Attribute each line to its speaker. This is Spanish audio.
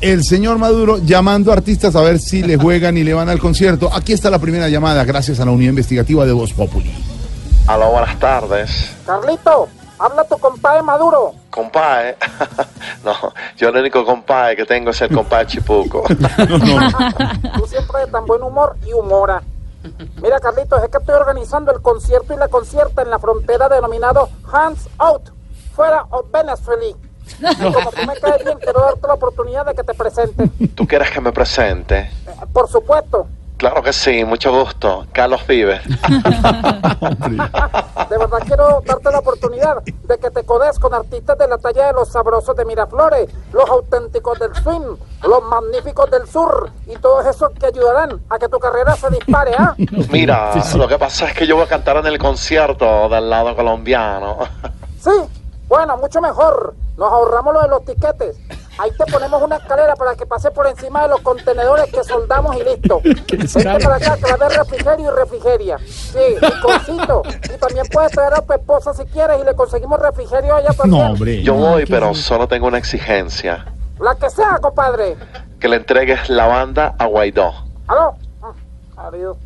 Speaker 1: el señor Maduro llamando a artistas a ver si le juegan y le van al concierto. Aquí está la primera llamada, gracias a la Unión Investigativa de Voz Populi.
Speaker 2: Aló, buenas tardes.
Speaker 3: Carlito, habla tu compadre Maduro.
Speaker 2: Compadre. no, yo el único compadre que tengo es el compadre Chipuco.
Speaker 3: Tú siempre de tan buen humor y humora. Mira, Carlitos, es que estoy organizando el concierto y la concierta en la frontera denominado Hands Out, fuera of Venezuela. Y como tú me caes bien, quiero darte la oportunidad de que te presente.
Speaker 2: ¿Tú quieres que me presente?
Speaker 3: Eh, Por supuesto,
Speaker 2: Claro que sí, mucho gusto. Carlos Vives.
Speaker 1: Hombre.
Speaker 3: de verdad quiero darte la oportunidad de que te codes con artistas de la talla de los sabrosos de Miraflores, los auténticos del swing, los magníficos del sur y todos esos que ayudarán a que tu carrera se dispare, ¿ah?
Speaker 2: Mira, lo que pasa es que yo voy a cantar en el concierto del lado colombiano.
Speaker 3: Sí, bueno, mucho mejor. Nos ahorramos lo de los tiquetes. Ahí te ponemos una escalera para que pase por encima de los contenedores que soldamos y listo. Vente para acá, que va a haber refrigerio y refrigeria. Sí, y cosito. Y también puedes traer a tu esposa si quieres y le conseguimos refrigerio allá también.
Speaker 1: No, hombre.
Speaker 2: Yo voy, pero solo tengo una exigencia.
Speaker 3: La que sea, compadre.
Speaker 2: Que le entregues la banda a Guaidó.
Speaker 3: ¿Aló? Ah, Adiós.